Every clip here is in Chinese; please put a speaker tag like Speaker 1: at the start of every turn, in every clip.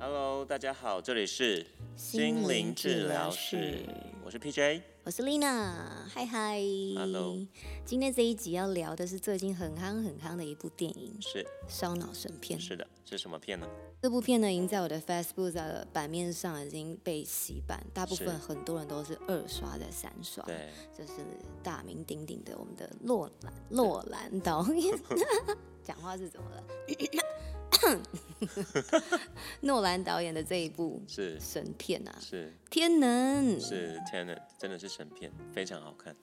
Speaker 1: Hello，大家好，这里是心灵治疗室，我是 PJ。
Speaker 2: 我是 Lina，嗨嗨
Speaker 1: Hello
Speaker 2: 今天这一集要聊的是最近很夯很夯的一部电影《
Speaker 1: 是
Speaker 2: 烧脑神片》。
Speaker 1: 是的，这是什么片呢？
Speaker 2: 这部片呢，已经在我的 Facebook 的版面上已经被洗版，大部
Speaker 1: 是
Speaker 2: 分很多人都是二刷在三刷。
Speaker 1: 对，
Speaker 2: 就是大名鼎鼎的我们的洛兰洛兰导 演，讲话是怎么了？ 诺兰导演的这一部
Speaker 1: 是
Speaker 2: 神片啊，《
Speaker 1: 是
Speaker 2: 天能》
Speaker 1: 是 Tenet，真的是神片，非常好看。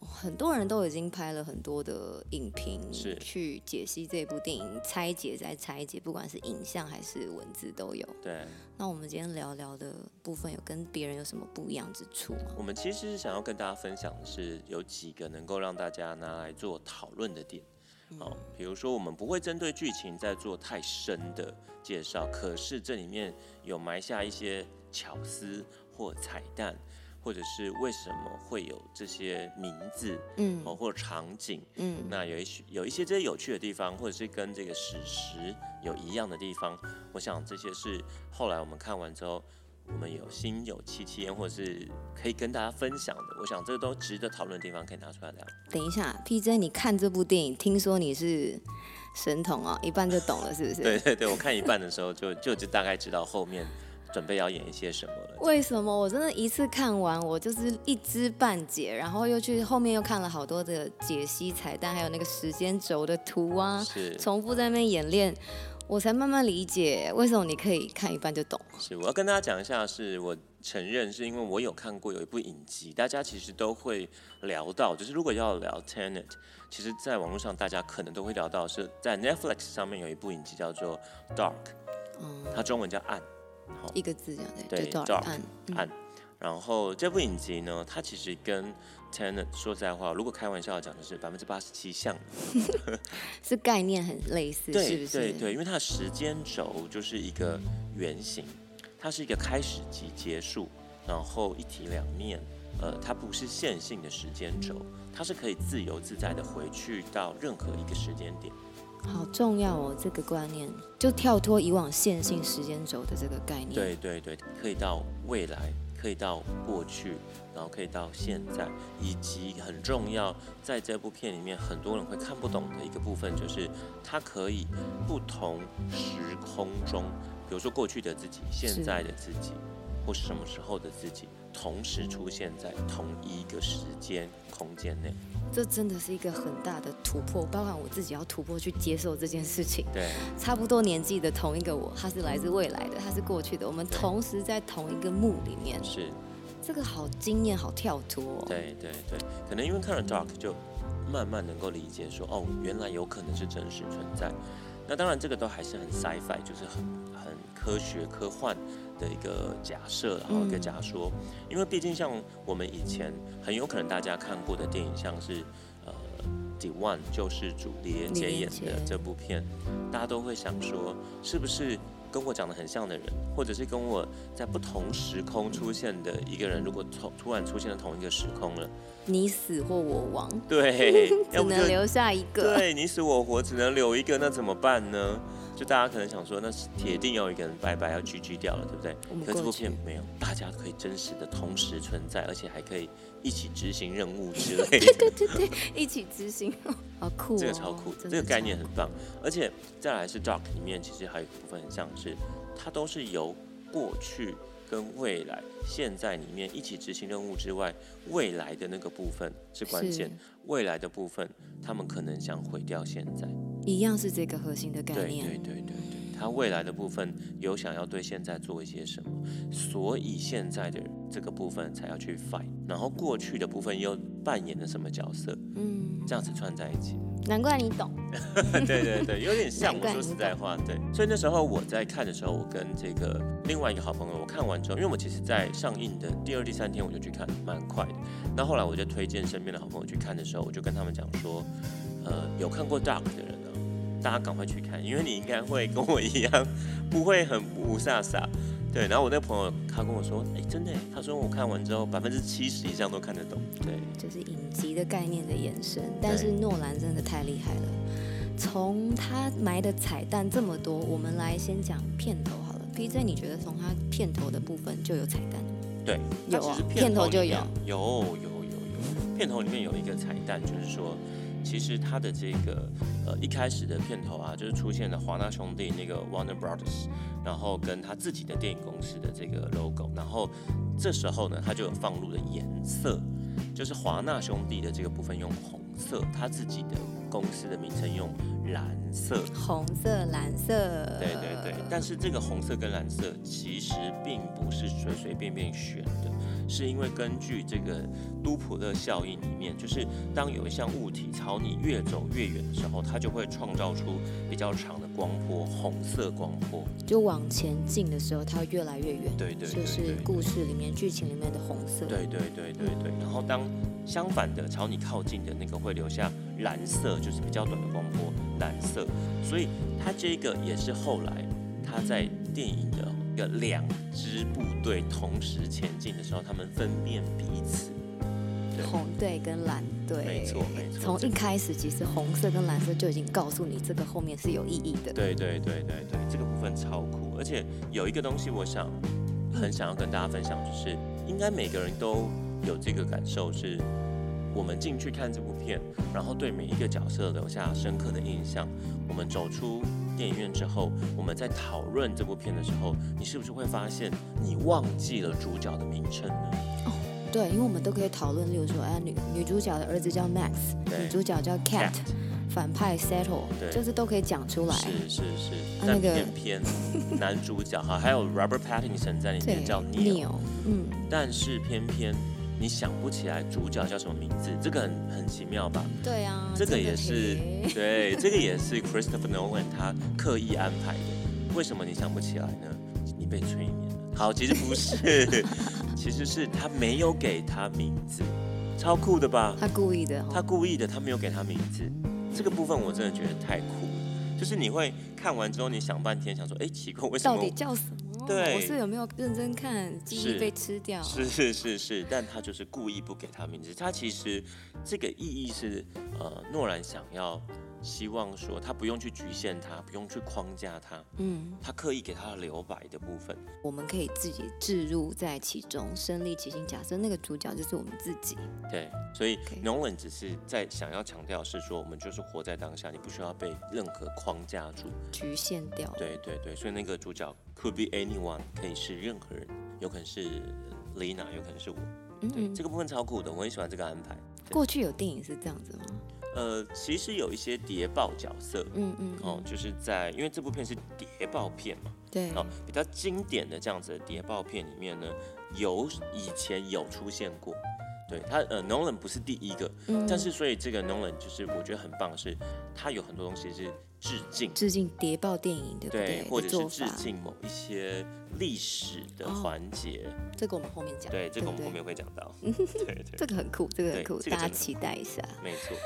Speaker 2: 很多人都已经拍了很多的影评
Speaker 1: 是，
Speaker 2: 去解析这部电影，拆解再拆解，不管是影像还是文字都有。
Speaker 1: 对，
Speaker 2: 那我们今天聊聊的部分，有跟别人有什么不一样之处吗？
Speaker 1: 我们其实想要跟大家分享的是，有几个能够让大家拿来做讨论的点。好、比如说我们不会针对剧情再做太深的介绍，可是这里面有埋下一些巧思或彩蛋，或者是为什么会有这些名字
Speaker 2: 嗯
Speaker 1: 哦或场景，
Speaker 2: 嗯，
Speaker 1: 那有一些有一些这些有趣的地方，或者是跟这个史实有一样的地方，我想这些是后来我们看完之后，我们有心有戚戚焉，或者是可以跟大家分享的。我想这个都值得讨论的地方，可以拿出来聊。
Speaker 2: 等一下，PJ，你看这部电影，听说你是神童哦，一半就懂了，是不是？
Speaker 1: 对。对对，我看一半的时候就就就大概知道后面准备要演一些什么了。
Speaker 2: 为什么我真的一次看完，我就是一知半解，然后又去后面又看了好多的解析彩蛋，还有那个时间轴的图啊，
Speaker 1: 是
Speaker 2: 重复在那边演练，我才慢慢理解为什么你可以看一半就懂。
Speaker 1: 是，我要跟大家讲一下，是我承认是因为我有看过有一部影集，大家其实都会聊到，就是如果要聊 Tenet，其实在网络上大家可能都会聊到，是在 Netflix 上面有一部影集叫做 Dark，
Speaker 2: 嗯，
Speaker 1: 它中文叫暗。
Speaker 2: 一个字这样
Speaker 1: 对
Speaker 2: 就到
Speaker 1: dark，
Speaker 2: 暗
Speaker 1: 暗然后这部影集呢，它其实跟 Tenet 说实在话，如果开玩笑讲的是百分之八十七像，
Speaker 2: 是概念很类似，是
Speaker 1: 对
Speaker 2: 不是？
Speaker 1: 对对，因为它的时间轴就是一个圆形，它是一个开始及结束，然后一体两面。呃，它不是线性的时间轴，它是可以自由自在的回去到任何一个时间点。
Speaker 2: 好重要哦，这个观念就跳脱以往线性时间轴的这个概念。
Speaker 1: 对对对，可以到未来，可以到过去，然后可以到现在，以及很重要，在这部片里面很多人会看不懂的一个部分，就是它可以不同时空中，比如说过去的自己、现
Speaker 2: 是
Speaker 1: 在的自己，或是什么时候的自己，同时出现在同一个时间空间内。
Speaker 2: 这真的是一个很大的突破，包含我自己要突破去接受这件事情。
Speaker 1: 对，
Speaker 2: 差不多年纪的同一个我，他是来自未来的，他是过去的，我们同时在同一个幕里面，
Speaker 1: 是。
Speaker 2: 这个好惊艳，好跳脱、哦。
Speaker 1: 对对对，可能因为看了 Dark 就慢慢能够理解说，哦，原来有可能是真实存在。那当然，这个都还是很 sci-fi，就是很很科学科幻的一个假设，然后一个
Speaker 2: 嗯
Speaker 1: 假说。因为毕竟像我们以前很有可能大家看过的电影，像是呃《The One》就是主李连杰
Speaker 2: 李连
Speaker 1: 演
Speaker 2: 杰
Speaker 1: 的这部片，大家都会想说，是不是跟我长得很像的人，或者是跟我在不同时空出现的一个人，如果突突然出现在同一个时空了，
Speaker 2: 你死或我亡，
Speaker 1: 对，
Speaker 2: 只
Speaker 1: 要哎不就
Speaker 2: 能留下一个。
Speaker 1: 对你死我活，只能留一个，那怎么办呢？就大家可能想说，那是铁定有一个人拜拜要 GG 掉了，对不对？
Speaker 2: 我们
Speaker 1: 可是这部
Speaker 2: 过
Speaker 1: 片
Speaker 2: 去
Speaker 1: 没有，大家可以真实的同时存在，而且还可以一起执行任务 之类的。
Speaker 2: 对对对，一起执行， 好酷、哦！
Speaker 1: 这个超酷，
Speaker 2: 真
Speaker 1: 这
Speaker 2: 的
Speaker 1: 个概
Speaker 2: 超
Speaker 1: 念很棒。而且再来是 Dark 里面，其实还有一部分很像是，它都是由过去跟未来、现在里面一起执行任务之外，未来的那个部分是关键。未来的部分，他们可能想毁掉现在。
Speaker 2: 一样是这个核心的概
Speaker 1: 对
Speaker 2: 念。
Speaker 1: 对对对对，他未来的部分有想要对现在做一些什么，所以现在的这个部分才要去 fight，然后过去的部分又扮演了什么角色，
Speaker 2: 嗯，
Speaker 1: 这样子串在一起。
Speaker 2: 难怪你懂。
Speaker 1: 对对对，有点像。
Speaker 2: 难
Speaker 1: 我
Speaker 2: 怪
Speaker 1: 说
Speaker 2: 你
Speaker 1: 实在话，对。所以那时候我在看的时候，我跟这个另外一个好朋友，我看完之后，因为我其实在上映的第二、第三天我就去看，蛮快的。那后来我就推荐身边的好朋友去看的时候，我就跟他们讲说，呃，有看过《Dark》的人呢、大家赶快去看，因为你应该会跟我一样，不会很无飒飒。对，然后我那朋友他跟我说，哎，真的耶，他说我看完之后百分之七十以上都看得懂。对，
Speaker 2: 就是影集的概念的延伸。但是诺兰真的太厉害了，从他埋的彩蛋这么多，我们来先讲片头好了。 PJ，你觉得从它片头的部分就有彩蛋了吗？
Speaker 1: 对，它
Speaker 2: 有
Speaker 1: 其
Speaker 2: 啊
Speaker 1: 实，
Speaker 2: 片头就
Speaker 1: 里
Speaker 2: 有
Speaker 1: 面。有有有有，片头里面有一个彩蛋，就是说，其实它的这个呃一开始的片头啊，就是出现了华纳兄弟那个 Warner Brothers，然后跟他自己的电影公司的这个 logo，然后这时候呢，它就有放入了颜色，就是华纳兄弟的这个部分用红色，他自己的公司的名称用蓝色。
Speaker 2: 红色、蓝色，
Speaker 1: 对对对，但是这个红色跟蓝色其实并不是随随便便选的，是因为根据这个都普勒效应里面，就是当有一项物体朝你越走越远的时候，它就会创造出比较长的光波，红色光波。
Speaker 2: 就往前进的时候，它会越来越远。
Speaker 1: 对对对
Speaker 2: 就是
Speaker 1: 对
Speaker 2: 故事里面、剧情里面的红色。
Speaker 1: 对对对对对，然后当相反的朝你靠近的那个会留下蓝色，就是比较短的光波，蓝色。所以它这个也是后来他在电影的一个两支部队同时前进的时候，他们分辨彼此。对
Speaker 2: 红队跟蓝队，
Speaker 1: 没错没错
Speaker 2: 从一开始，其实红色跟蓝色就已经告诉你这个后面是有意义的。
Speaker 1: 对对对对对，这个部分超酷，而且有一个东西，我想很想要跟大家分享，就是应该每个人都有这个感受是。我们进去看这部片，然后对每一个角色留下深刻的印象。我们走出电影院之后，我们在讨论这部片的时候，你是不是会发现你忘记了主角的名称呢？
Speaker 2: 对，因为我们都可以讨论，例如说，哎，女女主角的儿子叫 Max，
Speaker 1: 对
Speaker 2: 女主角叫 Cat，反派 Settle，
Speaker 1: 对
Speaker 2: 就是都可以讲出来。
Speaker 1: 是是是，
Speaker 2: 啊
Speaker 1: 但
Speaker 2: 那个
Speaker 1: 偏偏男主角哈，还有 Robert Pattinson 在里
Speaker 2: 对
Speaker 1: 面叫 Neil，
Speaker 2: ，Neil，嗯，
Speaker 1: 但是偏偏你想不起来主角叫什么名字，这个很很奇妙吧？
Speaker 2: 对啊，
Speaker 1: 这个
Speaker 2: 真的
Speaker 1: 也是
Speaker 2: 嘿
Speaker 1: 对，这个也是 Christopher Nolan 他刻意安排的。为什么你想不起来呢？你被催眠了。好，其实不是， 其实是他没有给他名字，超酷的吧？
Speaker 2: 他故意的
Speaker 1: 他
Speaker 2: 哦。
Speaker 1: 故意的，他没有给他名字。这个部分我真的觉得太酷了，就是你会看完之后，你想半天，想说，哎，奇怪，为什
Speaker 2: 到
Speaker 1: 么
Speaker 2: 底叫什么？
Speaker 1: 对
Speaker 2: 我是有没有认真看，记
Speaker 1: 是
Speaker 2: 忆被吃掉？
Speaker 1: 是是是是，但他就是故意不给他名字。他其实这个意义是，呃，诺兰想要希望说他不用去局限他，不用去框架他，
Speaker 2: 嗯，
Speaker 1: 他刻意给他留白的部分。
Speaker 2: 我们可以自己置入在其中，身临其境。假设那个主角就是我们自己，
Speaker 1: 对，所以
Speaker 2: OK
Speaker 1: 农文只是在想要强调是说，我们就是活在当下，你不需要被任何框架住。
Speaker 2: 局限掉。
Speaker 1: 对对对，所以那个主角 could be anyone，可以是任何人，有可能是呃 Lina，有可能是我。
Speaker 2: 嗯
Speaker 1: 对，
Speaker 2: 嗯，
Speaker 1: 这个部分超酷的，我很喜欢这个安排。
Speaker 2: 过去有电影是这样子吗？
Speaker 1: 呃，其实有一些谍报角色，
Speaker 2: 嗯嗯，
Speaker 1: 哦
Speaker 2: 嗯，
Speaker 1: 就是在因为这部片是谍报片嘛，
Speaker 2: 对，
Speaker 1: 哦，比较经典的这样子的谍报片里面呢，有以前有出现过。对他，呃，Nolan 不是第一个，
Speaker 2: 嗯
Speaker 1: 但是所以这个 Nolan 就是我觉得很棒的是，他有很多东西是致敬，
Speaker 2: 致敬谍报电影，对不
Speaker 1: 对，或者
Speaker 2: 的
Speaker 1: 是
Speaker 2: 做
Speaker 1: 致
Speaker 2: 法，
Speaker 1: 敬某一些历史的
Speaker 2: 哦
Speaker 1: 环节，
Speaker 2: 这个我们后面讲。
Speaker 1: 对，这个我们
Speaker 2: 对不
Speaker 1: 后
Speaker 2: 对
Speaker 1: 面会讲到，对对，
Speaker 2: 这个很酷，这个
Speaker 1: 对
Speaker 2: 很酷，
Speaker 1: 这个
Speaker 2: 大家
Speaker 1: 真的
Speaker 2: 期待一下。
Speaker 1: 没错，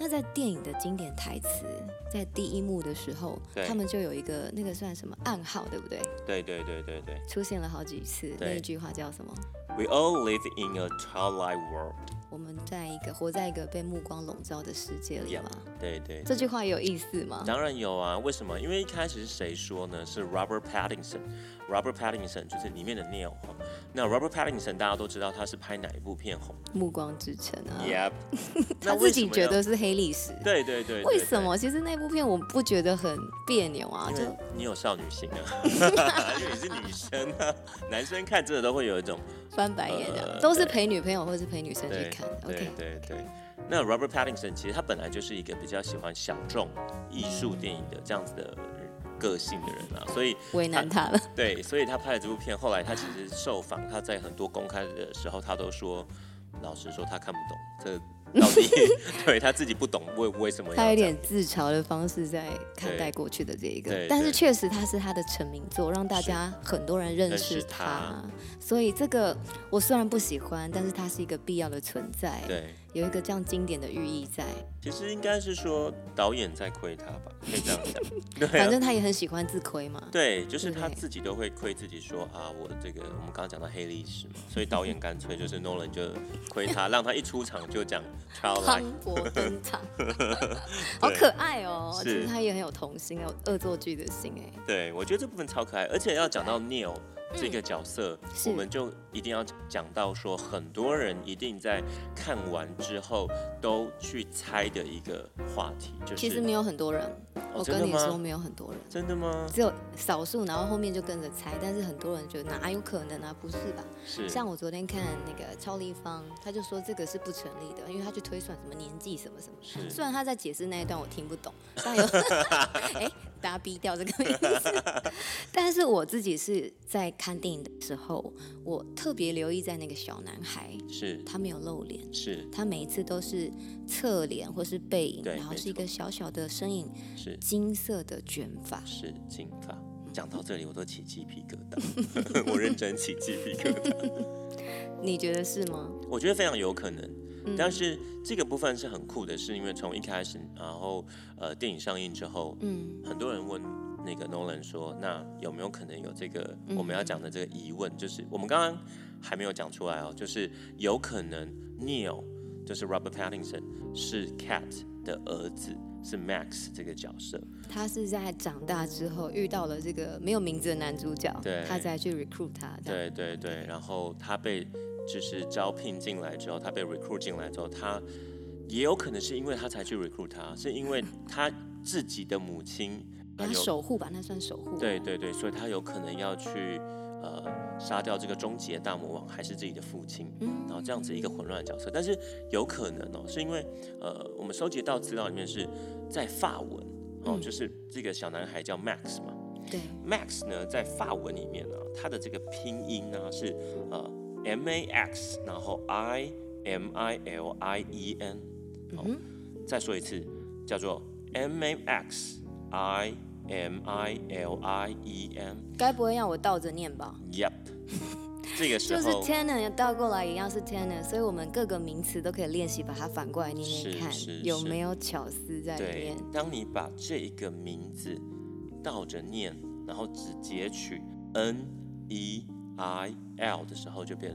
Speaker 2: 那在电影的经典台词，在第一幕的时候
Speaker 1: 对，
Speaker 2: 他们就有一个那个算什么暗号，对不对？
Speaker 1: 对对对对对
Speaker 2: 出现了好几次，
Speaker 1: 对
Speaker 2: 那一句话叫什么？
Speaker 1: ，We all live in a childlike world，
Speaker 2: 我们在一个活在一个被目光笼罩的世界里
Speaker 1: Yeah
Speaker 2: 嘛。
Speaker 1: 对对，
Speaker 2: 这句话有意思吗？
Speaker 1: 当然有啊，为什么？因为一开始是谁说呢？是 Robert Pattinson。Robert Pattinson 就是里面的 Neil 哦。那 Robert Pattinson 大家都知道他是拍哪一部片红
Speaker 2: 目光之城啊，。
Speaker 1: ？Yep
Speaker 2: 他自己觉得是黑历史。
Speaker 1: 对对对对
Speaker 2: 为什？么？其实那部片我不觉得很别扭啊，
Speaker 1: 对
Speaker 2: 就
Speaker 1: 因为你有少女心 啊， 因为你是女生啊，男生看这个都会有一种
Speaker 2: 翻白眼这
Speaker 1: 呃
Speaker 2: 样，都是陪女朋友或是陪女生去
Speaker 1: 对
Speaker 2: 看。
Speaker 1: 对
Speaker 2: OK，
Speaker 1: 对对。那 Robert Pattinson 其实他本来就是一个比较喜欢小众艺术电影的这样子的个性的人啊，所以
Speaker 2: 为难他了。
Speaker 1: 对，所以他拍了这部片，后来他其实受访，他在很多公开的时候，他都说，老实说他看不懂这到 底，对他自己不懂为为什么要
Speaker 2: 他有
Speaker 1: 这样
Speaker 2: 点自嘲的方式在看待过去的这
Speaker 1: 对
Speaker 2: 一个
Speaker 1: 对，
Speaker 2: 但是确实他是他的成名作，让大家很多人认识他。所以这个我虽然不喜欢，但是它是一个必要的存在。
Speaker 1: 对
Speaker 2: 有一个这样经典的寓意在。
Speaker 1: 其实应该是说导演在亏他吧，可以这样讲。 对、
Speaker 2: 反
Speaker 1: 啊，
Speaker 2: 正他也很喜欢自亏嘛。
Speaker 1: 对，就是他
Speaker 2: 对
Speaker 1: 自己都会亏自己说啊，我这个我们刚刚讲到黑历史嘛，所以导演干脆就是 Nolan 就亏他，让他一出场就讲 Child Life。
Speaker 2: 磅礴 登场， 好可爱哦！
Speaker 1: 是
Speaker 2: 其实他也很有童心，有恶作剧的心哎。
Speaker 1: 对，我觉得这部分超可爱，而且要讲到 Neil 这个角色，
Speaker 2: 嗯是
Speaker 1: 我们就一定要讲到说，很多人一定在看完之后都去猜的一个话题，就是
Speaker 2: 其实没有很多人，
Speaker 1: 哦
Speaker 2: 我
Speaker 1: 真
Speaker 2: 跟
Speaker 1: 的
Speaker 2: 你说
Speaker 1: 吗？
Speaker 2: 没有很多人，
Speaker 1: 真的吗？
Speaker 2: 只有少数，然后后面就跟着猜，但是很多人觉得哪有可能啊？不是吧？
Speaker 1: 是
Speaker 2: 像我昨天看那个超立方，他就说这个是不成立的，因为他去推算什么年纪什么什么。
Speaker 1: 是
Speaker 2: 虽然他在解释那一段我听不懂，但 有哎、大家逼掉这个意思。 但是我自己是在看电影的时候，我特别留意在那个小男孩，
Speaker 1: 是
Speaker 2: 他没有露脸，
Speaker 1: 是
Speaker 2: 他每一次都是侧脸或是背影，
Speaker 1: 对
Speaker 2: 然后
Speaker 1: 没
Speaker 2: 是一个小小的身影，
Speaker 1: 是
Speaker 2: 金色的卷发。
Speaker 1: 是金发。讲到这里，我都起鸡皮疙瘩， 我认真起鸡皮疙瘩。
Speaker 2: 你觉得是吗？
Speaker 1: 我觉得非常有可能。
Speaker 2: 嗯
Speaker 1: 但是这个部分是很酷的，是因为从一开始，然后呃电影上映之后，
Speaker 2: 嗯，
Speaker 1: 很多人问那个 Nolan 说，那有没有可能有这个
Speaker 2: 嗯
Speaker 1: 我们要讲的这个疑问？就是我们刚刚还没有讲出来哦，就是有可能 Neil 就是 Robert Pattinson 是 Cat 的儿子，是 Max 这个角色。
Speaker 2: 他是在长大之后遇到了这个没有名字的男主角
Speaker 1: 对，
Speaker 2: 他才去 recruit 他。这样，
Speaker 1: 对对对，然后他被就是招聘进来之后，他被 recruit 进来之后，他也有可能是因为他才去 recruit 他，是因为他自己的母亲呃
Speaker 2: 他
Speaker 1: 有
Speaker 2: 守护吧，那算守护。
Speaker 1: 对，对对，所以他有可能要去呃杀掉这个终结大魔王，还是自己的父亲，
Speaker 2: 嗯
Speaker 1: 然后这样子一个混乱的角色。但是有可能哦，是因为呃我们收集到资料里面是在法文哦，
Speaker 2: 嗯
Speaker 1: 就是这个小男孩叫 Max 嘛
Speaker 2: 对，
Speaker 1: ，Max 呢在法文里面呢、他的这个拼音呢是呃 M A X，然后 I M I L I E N，
Speaker 2: 嗯
Speaker 1: 好
Speaker 2: 哼，
Speaker 1: 再说一次，叫做 M A X I M I L I E N。
Speaker 2: 该不会让我倒着念吧？
Speaker 1: Yep，这个时
Speaker 2: 就是
Speaker 1: 候
Speaker 2: tenant 倒过来一样是 tenant，所以我们各个名词都可以练习把它反过来念
Speaker 1: 是
Speaker 2: 念看
Speaker 1: 是，
Speaker 2: 有
Speaker 1: 是
Speaker 2: 没有巧思在里
Speaker 1: 对
Speaker 2: 面？，
Speaker 1: 当你把这一个名字倒着念，然后只截取 N E I L 的时候，就变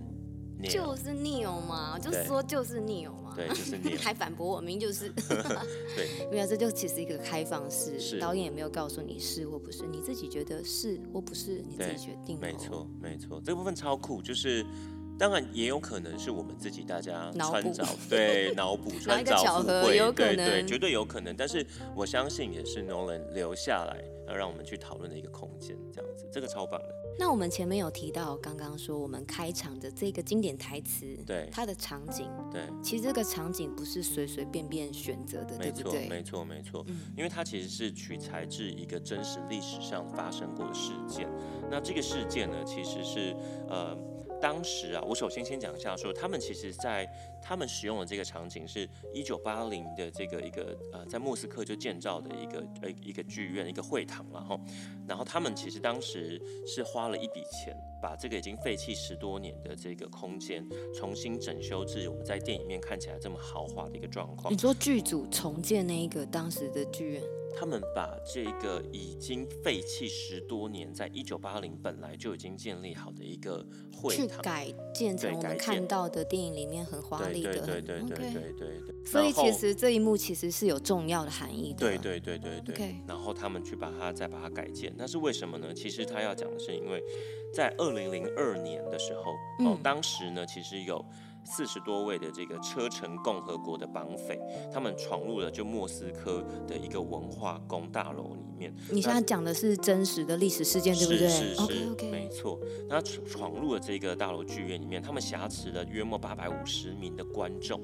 Speaker 1: n
Speaker 2: 就是 Neil 嘛，我就
Speaker 1: 对
Speaker 2: 说就是 Neil 嘛。
Speaker 1: 对，就是 n
Speaker 2: 还反驳我，明明就是。
Speaker 1: 对，
Speaker 2: 没有，这就其实一个开放
Speaker 1: 是
Speaker 2: 式，导演也没有告诉你是或不是，你自己觉得是或不是，你自
Speaker 1: 对
Speaker 2: 己决定、哦。
Speaker 1: 没，错没错，这个部分超酷，就是。当然也有可能是我们自己大家
Speaker 2: 脑
Speaker 1: 穿
Speaker 2: 补
Speaker 1: 凿 对脑补
Speaker 2: 哪
Speaker 1: 穿
Speaker 2: 一个巧
Speaker 1: 凿附
Speaker 2: 合
Speaker 1: 会，
Speaker 2: 有可
Speaker 1: 对对，
Speaker 2: 能
Speaker 1: 绝对有可能。但是我相信也是 Nolan 留下来要让我们去讨论的一个空间，这样子，这个超棒的。
Speaker 2: 那我们前面有提到，刚刚说我们开场的这个经典台词，
Speaker 1: 对
Speaker 2: 它的场景，
Speaker 1: 对，
Speaker 2: 其实这个场景不是随随便便选择的，
Speaker 1: 没
Speaker 2: 对不
Speaker 1: 错，
Speaker 2: 对？
Speaker 1: 没错，没错，
Speaker 2: 嗯
Speaker 1: 因为它其实是取材自一个真实历史上发生过的事件。那这个事件呢，其实是呃，当时啊，我首先先讲一下说，他们其实在他们使用的这个场景是一九八零的这个一个呃，在莫斯科就建造的一个呃一个剧院一个会堂然后然后他们其实当时是花了一笔钱，把这个已经废弃十多年的这个空间重新整修至我们在电影里面看起来这么豪华的一个状况
Speaker 2: 你。说剧组重建那一个当时的剧院，
Speaker 1: 他们把这个已经废弃十多年，在一九八零本来就已经建立好的一个
Speaker 2: 去
Speaker 1: 会堂，
Speaker 2: 改建成
Speaker 1: 对
Speaker 2: 我
Speaker 1: 改
Speaker 2: 们
Speaker 1: 建
Speaker 2: 看到的电影里面很华
Speaker 1: 对
Speaker 2: 丽的
Speaker 1: 对
Speaker 2: 很，
Speaker 1: 对对对
Speaker 2: OK
Speaker 1: 对对对，
Speaker 2: 所以
Speaker 1: 然后
Speaker 2: 其实这一幕其实是有重要的含义的。
Speaker 1: 对对对对对
Speaker 2: OK，
Speaker 1: 然后他们去把它再把它改建，那是为什么呢？其实他要讲的是，因为在二零零二年的时候，哦
Speaker 2: 嗯，
Speaker 1: 当时呢其实有。四十多位的这个车臣共和国的绑匪，他们闯入了就莫斯科的一个文化宫大楼里面，
Speaker 2: 你现在讲的是真实的历史事件，对不对
Speaker 1: 是是是
Speaker 2: ？OK
Speaker 1: 没
Speaker 2: OK，
Speaker 1: 错。那闯闯入了这个大楼剧院里面，他们挟持了约莫八百五十名的观众。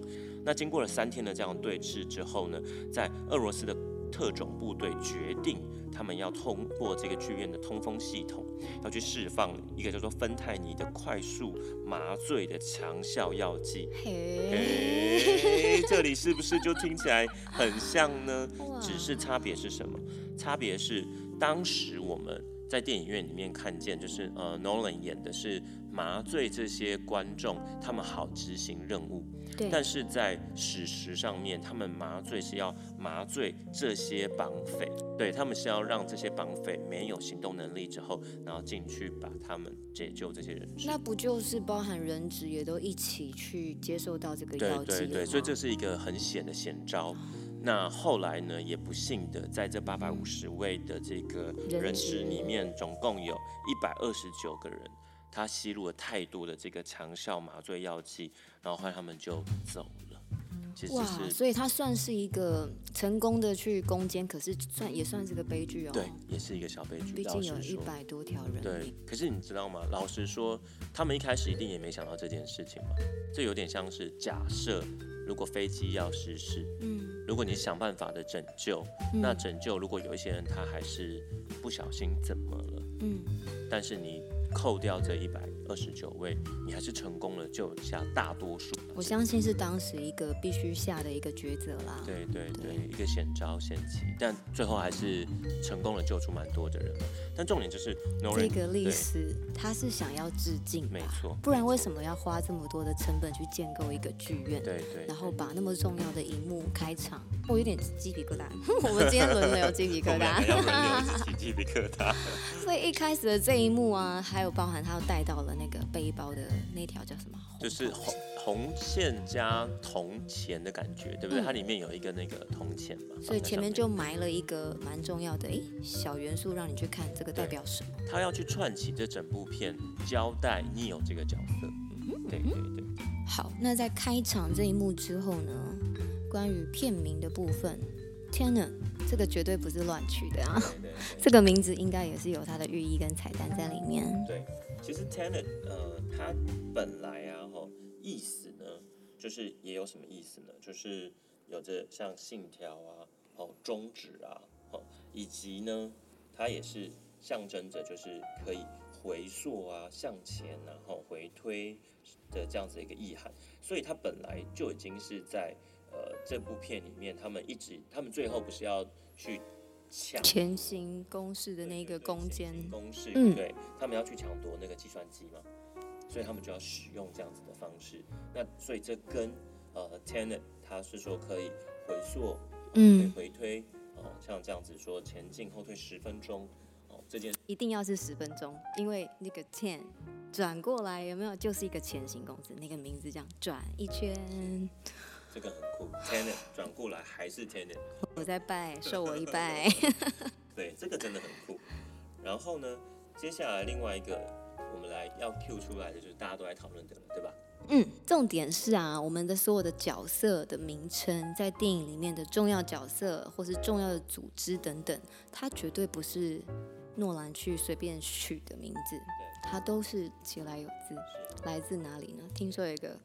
Speaker 1: 那经过了三天的这样对峙之后呢，在俄罗斯的特种部队决定，他们要通过这个剧院的通风系统，要去释放一个叫做芬太尼的快速麻醉的强效药剂。
Speaker 2: 嘿，
Speaker 1: 诶，这里是不是就听起来很像呢？
Speaker 2: 哇嗯
Speaker 1: 只是差别是什么？差别是当时我们在电影院里面看见，就是呃，Nolan 演的是麻醉这些观众，他们好执行任务。
Speaker 2: 对，
Speaker 1: 但是在史实上面，他们麻醉是要麻醉这些绑匪，对他们是要让这些绑匪没有行动能力之后，然后进去把他们解救这些人质。
Speaker 2: 那不就是包含人质也都一起去接受到这个
Speaker 1: 对
Speaker 2: 药剂
Speaker 1: 对
Speaker 2: 了
Speaker 1: 对，所以
Speaker 2: 吗
Speaker 1: 这是一个很险的险招。那后来呢，也不幸的，在这八百五十位的这个
Speaker 2: 人
Speaker 1: 人
Speaker 2: 质
Speaker 1: 质里面，总共有一百二十九个人，他吸入了太多的这个强效麻醉药剂，然后后来他们就走了。其实
Speaker 2: 哇，
Speaker 1: 是
Speaker 2: 所以他算是一个成功的去攻坚，可是算也算是个悲剧哦。
Speaker 1: 对，也是一个小悲剧。
Speaker 2: 毕
Speaker 1: 老
Speaker 2: 竟
Speaker 1: 实
Speaker 2: 有一
Speaker 1: 说
Speaker 2: 百多条人
Speaker 1: 对
Speaker 2: 命。，
Speaker 1: 可是你知道吗？老实说，他们一开始一定也没想到这件事情嘛。这有点像是假设，如果飞机要失事，
Speaker 2: 嗯，
Speaker 1: 如果你想办法的拯救，
Speaker 2: 嗯
Speaker 1: 那拯救如果有一些人他还是不小心怎么了，
Speaker 2: 嗯，
Speaker 1: 但是你扣掉这一百二十九位，你还是成功了救下大多数。
Speaker 2: 我相信是当时一个必须下的一个抉择啦。
Speaker 1: 对对对，
Speaker 2: 对
Speaker 1: 一个险招险棋，但最后还是成功了救出蛮多的人嘛。但重点就是
Speaker 2: 这
Speaker 1: Nolan，
Speaker 2: 个历
Speaker 1: 对
Speaker 2: 史他是想要致敬
Speaker 1: 没
Speaker 2: 吧？
Speaker 1: 错，
Speaker 2: 不然
Speaker 1: 么？
Speaker 2: 为什么要花这么多的成本去建构一个剧院？
Speaker 1: 对对，
Speaker 2: 然后把那么重要的荧幕开场，我有点鸡皮 疙瘩。我们今天轮流鸡皮
Speaker 1: 我
Speaker 2: 疙
Speaker 1: 们两
Speaker 2: 瘩
Speaker 1: 个。要轮流 起鸡皮疙瘩。
Speaker 2: 所以一开始的这一幕啊，还有包含他带到了那个背包的那条叫什么？
Speaker 1: 就是红红线加铜钱的感觉，对不对？
Speaker 2: 嗯
Speaker 1: 它里面有一个那个铜钱嘛，
Speaker 2: 所
Speaker 1: 放在
Speaker 2: 以前面就
Speaker 1: 上
Speaker 2: 埋了一个蛮重要的诶小元素，让你去看这个代表什么。
Speaker 1: 他要去串起这整部片，交代 Neo 这个角色。对对对，
Speaker 2: 好，那在开场这一幕之后呢，关于片名的部分，天呐，这个绝对不是乱取的啊！
Speaker 1: 对对对。
Speaker 2: 这个名字应该也是有它的寓意跟彩蛋在里面。
Speaker 1: 其实 Tenet 呃，它本来啊吼意思呢，就是也有什么意思呢？就是有着像信条啊，哦宗旨啊，哦以及呢，它也是象征着就是可以回溯啊、向前然、后回推的这样子一个意涵。所以它本来就已经是在呃这部片里面，他们一直他们最后不是要去抢
Speaker 2: 前行公式的那个攻坚，
Speaker 1: 公式，
Speaker 2: 嗯
Speaker 1: 对他们要去抢夺那个计算机嘛，所以他们就要使用这样子的方式。那所以这跟呃 Tenet 它是说可以回溯，可以
Speaker 2: 嗯，
Speaker 1: 回推，哦、像这样子说前进后退十分钟，哦、这件
Speaker 2: 一定要是十分钟，因为那个 ten 转过来有没有就是一个前行公式，那个名字这样转一圈，
Speaker 1: 这个很酷。Tenet 转过来还是 Tenet，
Speaker 2: 我在拜，受我一拜。
Speaker 1: 对，这个真的很酷。然后呢，接下来另外一个我们来要 Q 出来的就是大家都在讨论的了，对吧？
Speaker 2: 嗯，重点是啊，我们的所有的角色的名称，在电影里面的重要角色或是重要的组织等等，它绝对不是诺兰去随便取的名字，它都是其来有自，来自哪里呢？听说有一个，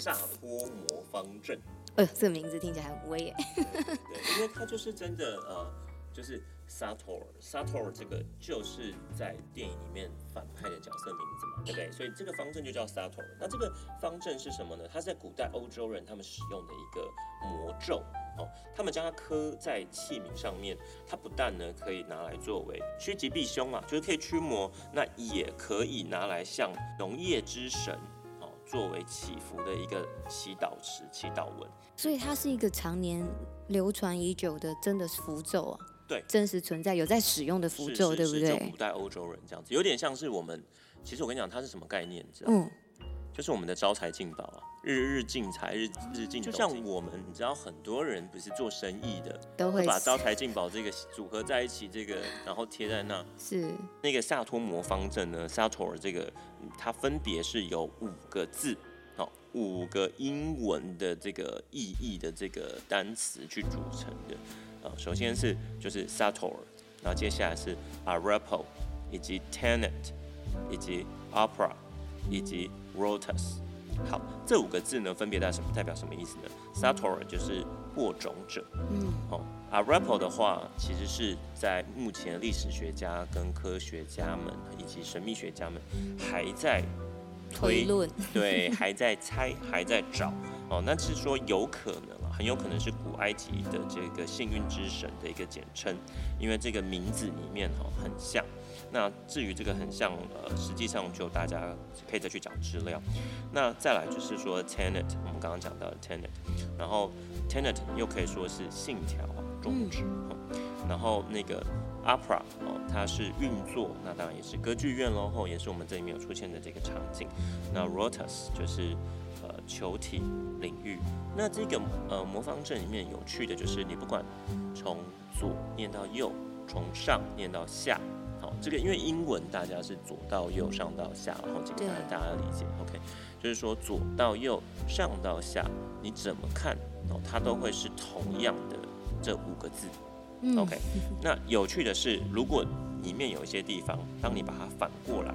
Speaker 1: 萨坡魔方阵。
Speaker 2: 哎呦，这个名字听起来很威耶，
Speaker 1: 对，因为它就是真的呃，就是 Sator Sator 这个就是在电影里面反派的角色名字嘛，对不对？所以这个方阵就叫 Sator。那这个方阵是什么呢？它是在古代欧洲人他们使用的一个魔咒。哦，他们将它刻在器皿上面，它不但呢可以拿来作为趋吉避凶啊，就是可以驱魔，那也可以拿来向农业之神哦作为祈福的一个祈祷词、祈祷文。
Speaker 2: 所以它是一个常年流传已久的，真的是符咒啊，
Speaker 1: 对
Speaker 2: 真实存在有在使用的符
Speaker 1: 是
Speaker 2: 咒，
Speaker 1: 是
Speaker 2: 对不
Speaker 1: 是就
Speaker 2: 对
Speaker 1: 古？代欧洲人这样子，有点像是我们。其实我跟你讲，它是什么概念？你知道吗？
Speaker 2: 嗯，
Speaker 1: 就是我们的招财进宝啊，日日进财，日日进。就
Speaker 2: 斗
Speaker 1: 像
Speaker 2: 金
Speaker 1: 我们，你知道，很多人不是做生意的，
Speaker 2: 都
Speaker 1: 会
Speaker 2: 会
Speaker 1: 把招财进宝这个组合在一起，这个然后贴在那。
Speaker 2: 是
Speaker 1: 那个萨托魔方阵呢，萨托尔这个，嗯它分别是有五个字，哦，五个英文的这个意义的这个单词去组成的。啊、首先是就是萨托尔，然后接下来是 Arapo，以及 Tenet，以及 Opera，以及 Rotus。好，这五个字呢，分别代什么代表什么意思呢？Sator 就是播种者，
Speaker 2: 嗯，
Speaker 1: 哦，Arapo 的话，其实是在目前历史学家跟科学家们以及神秘学家们还在
Speaker 2: 推 论，
Speaker 1: 对，还在猜，还在找。哦，那是说有可能啊，很有可能是古埃及的这个幸运之神的一个简称，因为这个名字里面哦很像。那至于这个很像，呃，实际上就大家可以再去找资料。那再来就是说 tenet，我们刚刚讲到的 tenet，然后 tenet 又可以说是信条啊、宗旨、哦然后那个 opera 哦，它是运作，那当然也是歌剧院喽，后也是我们这里面有出现的这个场景。那 rotus 就是呃球体领域。那这个呃魔方阵里面有趣的就是，你不管从左念到右，从上念到下，好，这个因为英文大家是左到右，上到下，然后这个
Speaker 2: 对
Speaker 1: 当然大家理解，OK，就是说左到右，上到下，你怎么看哦，它都会是同样的这五个字。
Speaker 2: 嗯
Speaker 1: OK，那 有趣的是，如果里面有一些地方，当你把它反过来，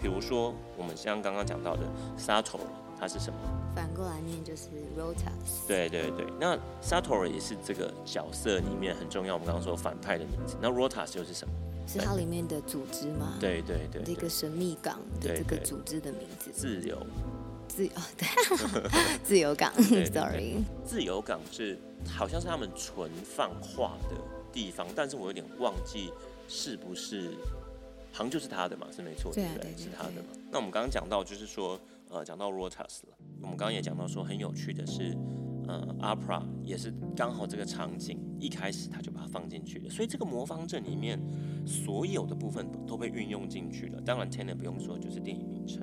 Speaker 1: 比如说我们像刚刚讲到的 Sator，它是什么？
Speaker 2: 反过来念就是 rotas。
Speaker 1: 对对对，那 Sator 也是这个角色里面很重要。我们刚刚说反派的名字，那 Rotas 又是什么？
Speaker 2: 是它里面的组织嘛？，
Speaker 1: 对对对对，
Speaker 2: 这个神秘港的
Speaker 1: 对
Speaker 2: 这个
Speaker 1: 对
Speaker 2: 组织的名字，
Speaker 1: 自由
Speaker 2: 自由，哦对， 自由港
Speaker 1: 对对
Speaker 2: ，sorry，
Speaker 1: 自由港是好像是他们存放化的地方，但是我有点忘记是不是，好像就是他的嘛，是没错，
Speaker 2: 对啊
Speaker 1: 不对？
Speaker 2: 对对
Speaker 1: 是他的嘛。那我们刚刚讲到就是说，呃，讲到 Rotas 了，我们刚刚也讲到说很有趣的是，呃，Opera 也是刚好这个场景一开始他就把它放进去了，所以这个魔方阵里面所有的部分都被运用进去了。当然 t e n e t 不用说，就是电影名称。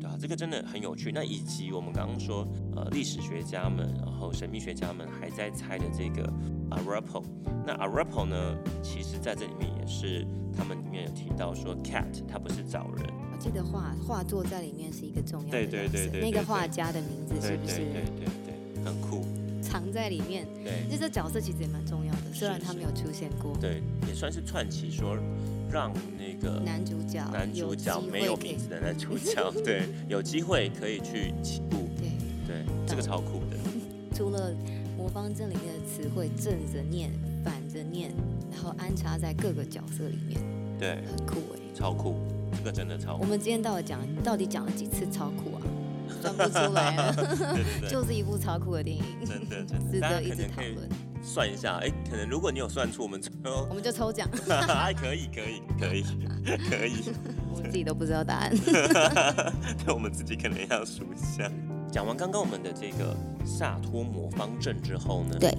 Speaker 1: 对啊，这个真的很有趣。那以及我们刚刚说，呃，历史学家们，然后神秘学家们还在猜的这个 Arapo。那 Arapo 呢，其实在这里面也是他们里面有提到说，cat 它不是找人，
Speaker 2: 我记得画画作在里面是一个重要的
Speaker 1: 对
Speaker 2: 角
Speaker 1: 对
Speaker 2: 色
Speaker 1: 对对
Speaker 2: 那
Speaker 1: 对
Speaker 2: 个
Speaker 1: 对
Speaker 2: 画家的名字是不是
Speaker 1: 对对，很酷，
Speaker 2: 藏在里面？
Speaker 1: 对
Speaker 2: 就这角色其实也蛮重要的，虽然他没有出现过，
Speaker 1: 对，也算是串起说让那个
Speaker 2: 男主角
Speaker 1: 男主角
Speaker 2: 有机
Speaker 1: 没有
Speaker 2: 会可以
Speaker 1: 名 字的男主角，对，有机会可以去起步，
Speaker 2: 对，
Speaker 1: 对，这个超酷的，
Speaker 2: 除了魔方阵里面的词汇正着念、反着念，然后安插在各个角色里面，
Speaker 1: 对，
Speaker 2: 很酷哎、
Speaker 1: 超酷，这个真的超
Speaker 2: 我
Speaker 1: 酷，
Speaker 2: 们今天到底讲到底讲了几次超酷啊？算不出 来了，
Speaker 1: 对对对。
Speaker 2: 就是一部超酷的电影，
Speaker 1: 真的真的
Speaker 2: 值
Speaker 1: 大家
Speaker 2: 得一
Speaker 1: 可
Speaker 2: 直
Speaker 1: 能
Speaker 2: 讨
Speaker 1: 可以
Speaker 2: 论。
Speaker 1: 算一下，哎、可能如果你有算出，我们最后
Speaker 2: 我们就抽奖，
Speaker 1: 还可以，可以，可以， 可以，
Speaker 2: 我自己都不知道答案。
Speaker 1: 那我们自己可能要数一下。讲完刚刚我们的这个萨托魔方阵之后呢，
Speaker 2: 对，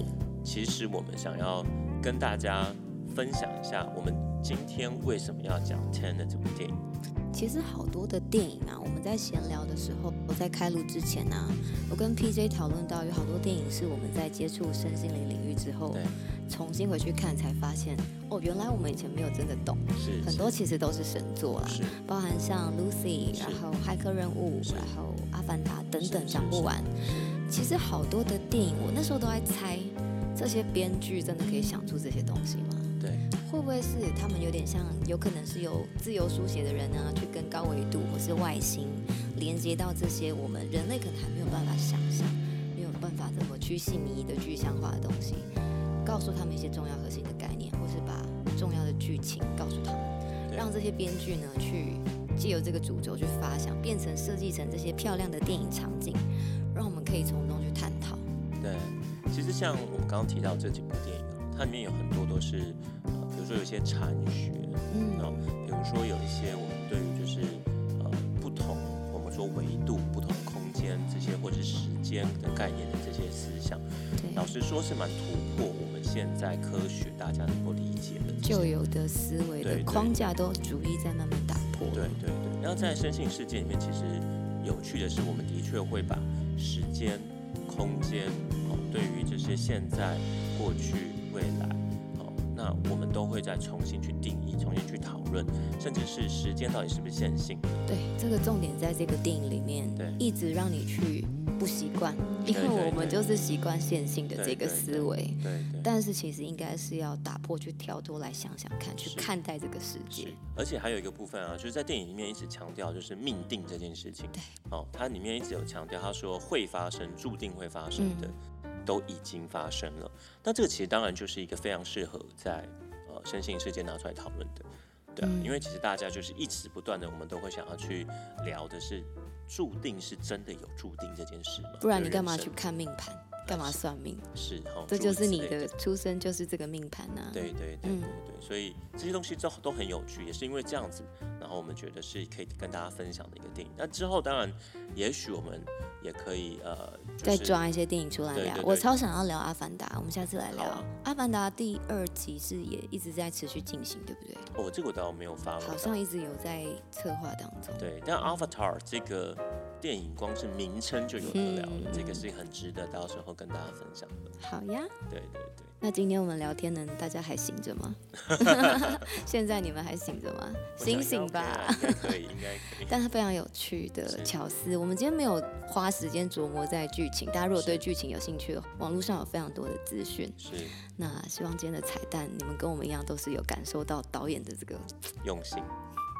Speaker 1: 其实我们想要跟大家分享一下，我们今天为什么要讲《Tenet》这部电影。
Speaker 2: 其实好多的电影啊，我们在闲聊的时候，我在开录之前啊，我跟 PJ 讨论到有好多电影是我们在接触身心灵领域之后
Speaker 1: 对，
Speaker 2: 重新回去看才发现，哦，原来我们以前没有真的懂，
Speaker 1: 是
Speaker 2: 很多其实都是神作啦，啊
Speaker 1: 是
Speaker 2: 包含像 Lucy，
Speaker 1: 是
Speaker 2: 然后骇客任务，
Speaker 1: 是
Speaker 2: 然后阿凡达等等，
Speaker 1: 是是
Speaker 2: 讲不完。
Speaker 1: 是
Speaker 2: 其实好多的电影，我那时候都在猜，这些编剧真的可以想出这些东西吗？
Speaker 1: 对，
Speaker 2: 会不会是他们有点像，有可能是由自由书写的人啊，去跟高维度或是外星连接到这些我们人类可能还没有办法想象、没有办法这么去细迷的具象化的东西，告诉他们一些重要核心的概念，或是把重要的剧情告诉他们，
Speaker 1: 对
Speaker 2: 让这些编剧呢去借由这个主轴去发想，变成设计成这些漂亮的电影场景，让我们可以从中去探讨。
Speaker 1: 对，其实像我们刚刚提到这几部电影啊，它里面有很多都是，呃，比如说有一些禅学，
Speaker 2: 嗯，
Speaker 1: 哦，比如说有一些我们对于就是呃不同，我们说维度、不同空间这些，或者是时间的概念的这些思想，
Speaker 2: 对
Speaker 1: 老，实说是蛮突破我们现在科学大家能够理解的这些
Speaker 2: 旧有的思维
Speaker 1: 对
Speaker 2: 的
Speaker 1: 对
Speaker 2: 框架都逐一在慢慢打破。
Speaker 1: 对对对。然后在生性世界里面，其实有趣的是，我们的确会把时间、空间哦，对于这些现在、过去、未来哦，那我们都会再重新去定义、重新去讨论，甚至是时间到底是不是线性的。
Speaker 2: 对，这个重点在这个电影里面
Speaker 1: 对，
Speaker 2: 一直让你去不习惯，因为
Speaker 1: 对对
Speaker 2: 我们就是习惯线性的这
Speaker 1: 对对
Speaker 2: 个思维。
Speaker 1: 对对。
Speaker 2: 但是其实应该是要打破，去跳脱来想想看，去
Speaker 1: 是
Speaker 2: 看待这个世界
Speaker 1: 是。，而且还有一个部分啊，就是在电影里面一直强调就是命定这件事情。
Speaker 2: 对，
Speaker 1: 哦，它里面一直有强调，他说会发生，注定会发生的，
Speaker 2: 嗯
Speaker 1: 都已经发生了。那这个其实当然就是一个非常适合在呃身心世界拿出来讨论的，对、啊
Speaker 2: 嗯
Speaker 1: 因为其实大家就是一直不断的，我们都会想要去聊的是注定是真的有注定这件事嘛，
Speaker 2: 不然
Speaker 1: 就
Speaker 2: 你
Speaker 1: 是
Speaker 2: 干嘛
Speaker 1: 人生
Speaker 2: 去看命盘？干嘛算命？
Speaker 1: 是哈，
Speaker 2: 这就是你
Speaker 1: 诸如此类
Speaker 2: 的出生就是这个命盘啊。
Speaker 1: 对对对对
Speaker 2: 嗯
Speaker 1: 对，所以这些东西都都很有趣，也是因为这样子，然后我们觉得是可以跟大家分享的一个电影。那之后当然，也许我们也可以呃，就
Speaker 2: 再
Speaker 1: 是、
Speaker 2: 抓一些电影出来
Speaker 1: 对
Speaker 2: 聊
Speaker 1: 对。
Speaker 2: 我
Speaker 1: 对
Speaker 2: 超想要聊《阿凡达》，我们下次来聊
Speaker 1: 好啊
Speaker 2: 《阿凡达》第二集是也一直在持续进行，对不对？
Speaker 1: 哦，这个我倒没有发
Speaker 2: 好
Speaker 1: 了。
Speaker 2: 像一直有在策划当中。
Speaker 1: 对，但 Avatar 这个电影光是名称就有得聊了，这
Speaker 2: 嗯
Speaker 1: 个是很值得到时候跟大家分享的。
Speaker 2: 好呀，
Speaker 1: 对对对，
Speaker 2: 那今天我们聊天呢，大家还醒着 吗？现在你们还醒着吗？
Speaker 1: 我
Speaker 2: 醒
Speaker 1: 想
Speaker 2: 醒
Speaker 1: 应该
Speaker 2: 吧！
Speaker 1: OK 啦应该可以，应该可以。
Speaker 2: 但它非常有趣的
Speaker 1: 是
Speaker 2: 巧思。我们今天没有花时间琢磨在剧情，大家如果
Speaker 1: 是
Speaker 2: 对剧情有兴趣的话，网络上有非常多的资讯。
Speaker 1: 是
Speaker 2: 那希望今天的彩蛋，你们跟我们一样都是有感受到导演的这个
Speaker 1: 用心。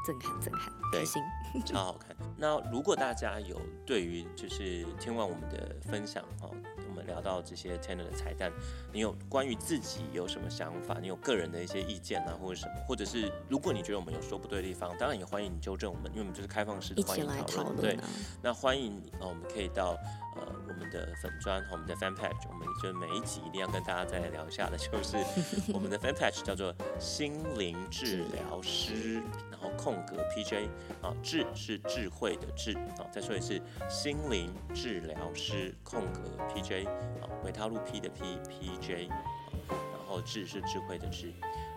Speaker 2: 震撼、震撼、
Speaker 1: 对
Speaker 2: 开心。
Speaker 1: 超好看。那如果大家有对于就是听完我们的分享哦，我们聊到这些 Tanner 的彩蛋，你有关于自己有什么想法？你有个人的一些意见啊，或者什么？或者是如果你觉得我们有说不对的地方，当然也欢迎你纠正我们，因为我们就是开放式
Speaker 2: 一
Speaker 1: 的，欢
Speaker 2: 起
Speaker 1: 迎
Speaker 2: 来
Speaker 1: 讨
Speaker 2: 讨
Speaker 1: 论。对
Speaker 2: 论，啊！
Speaker 1: 那欢迎哦，我们可以到呃我们的粉砖和我们的 fan page，我们就每一集一定要跟大家再聊一下的，就是我们的 fan page 叫做心灵治疗师，然后空格 PJ 啊，智是智慧的智啊，再说一次，心灵治疗师空格 PJ 啊，维他露 P 的 P PJ，、啊、然后智是智慧的智。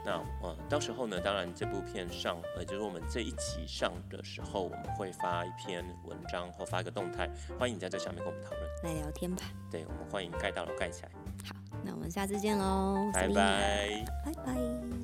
Speaker 1: 那呃，到时候呢，当然这部片上，呃，就是我们这一集上的时候，我们会发一篇文章或发一个动态，欢迎你在这下面跟我们讨论。
Speaker 2: 来聊天吧。
Speaker 1: 对，我们欢迎盖大楼盖起来，
Speaker 2: 好，那我们下次见喽，
Speaker 1: 拜拜。
Speaker 2: 拜拜。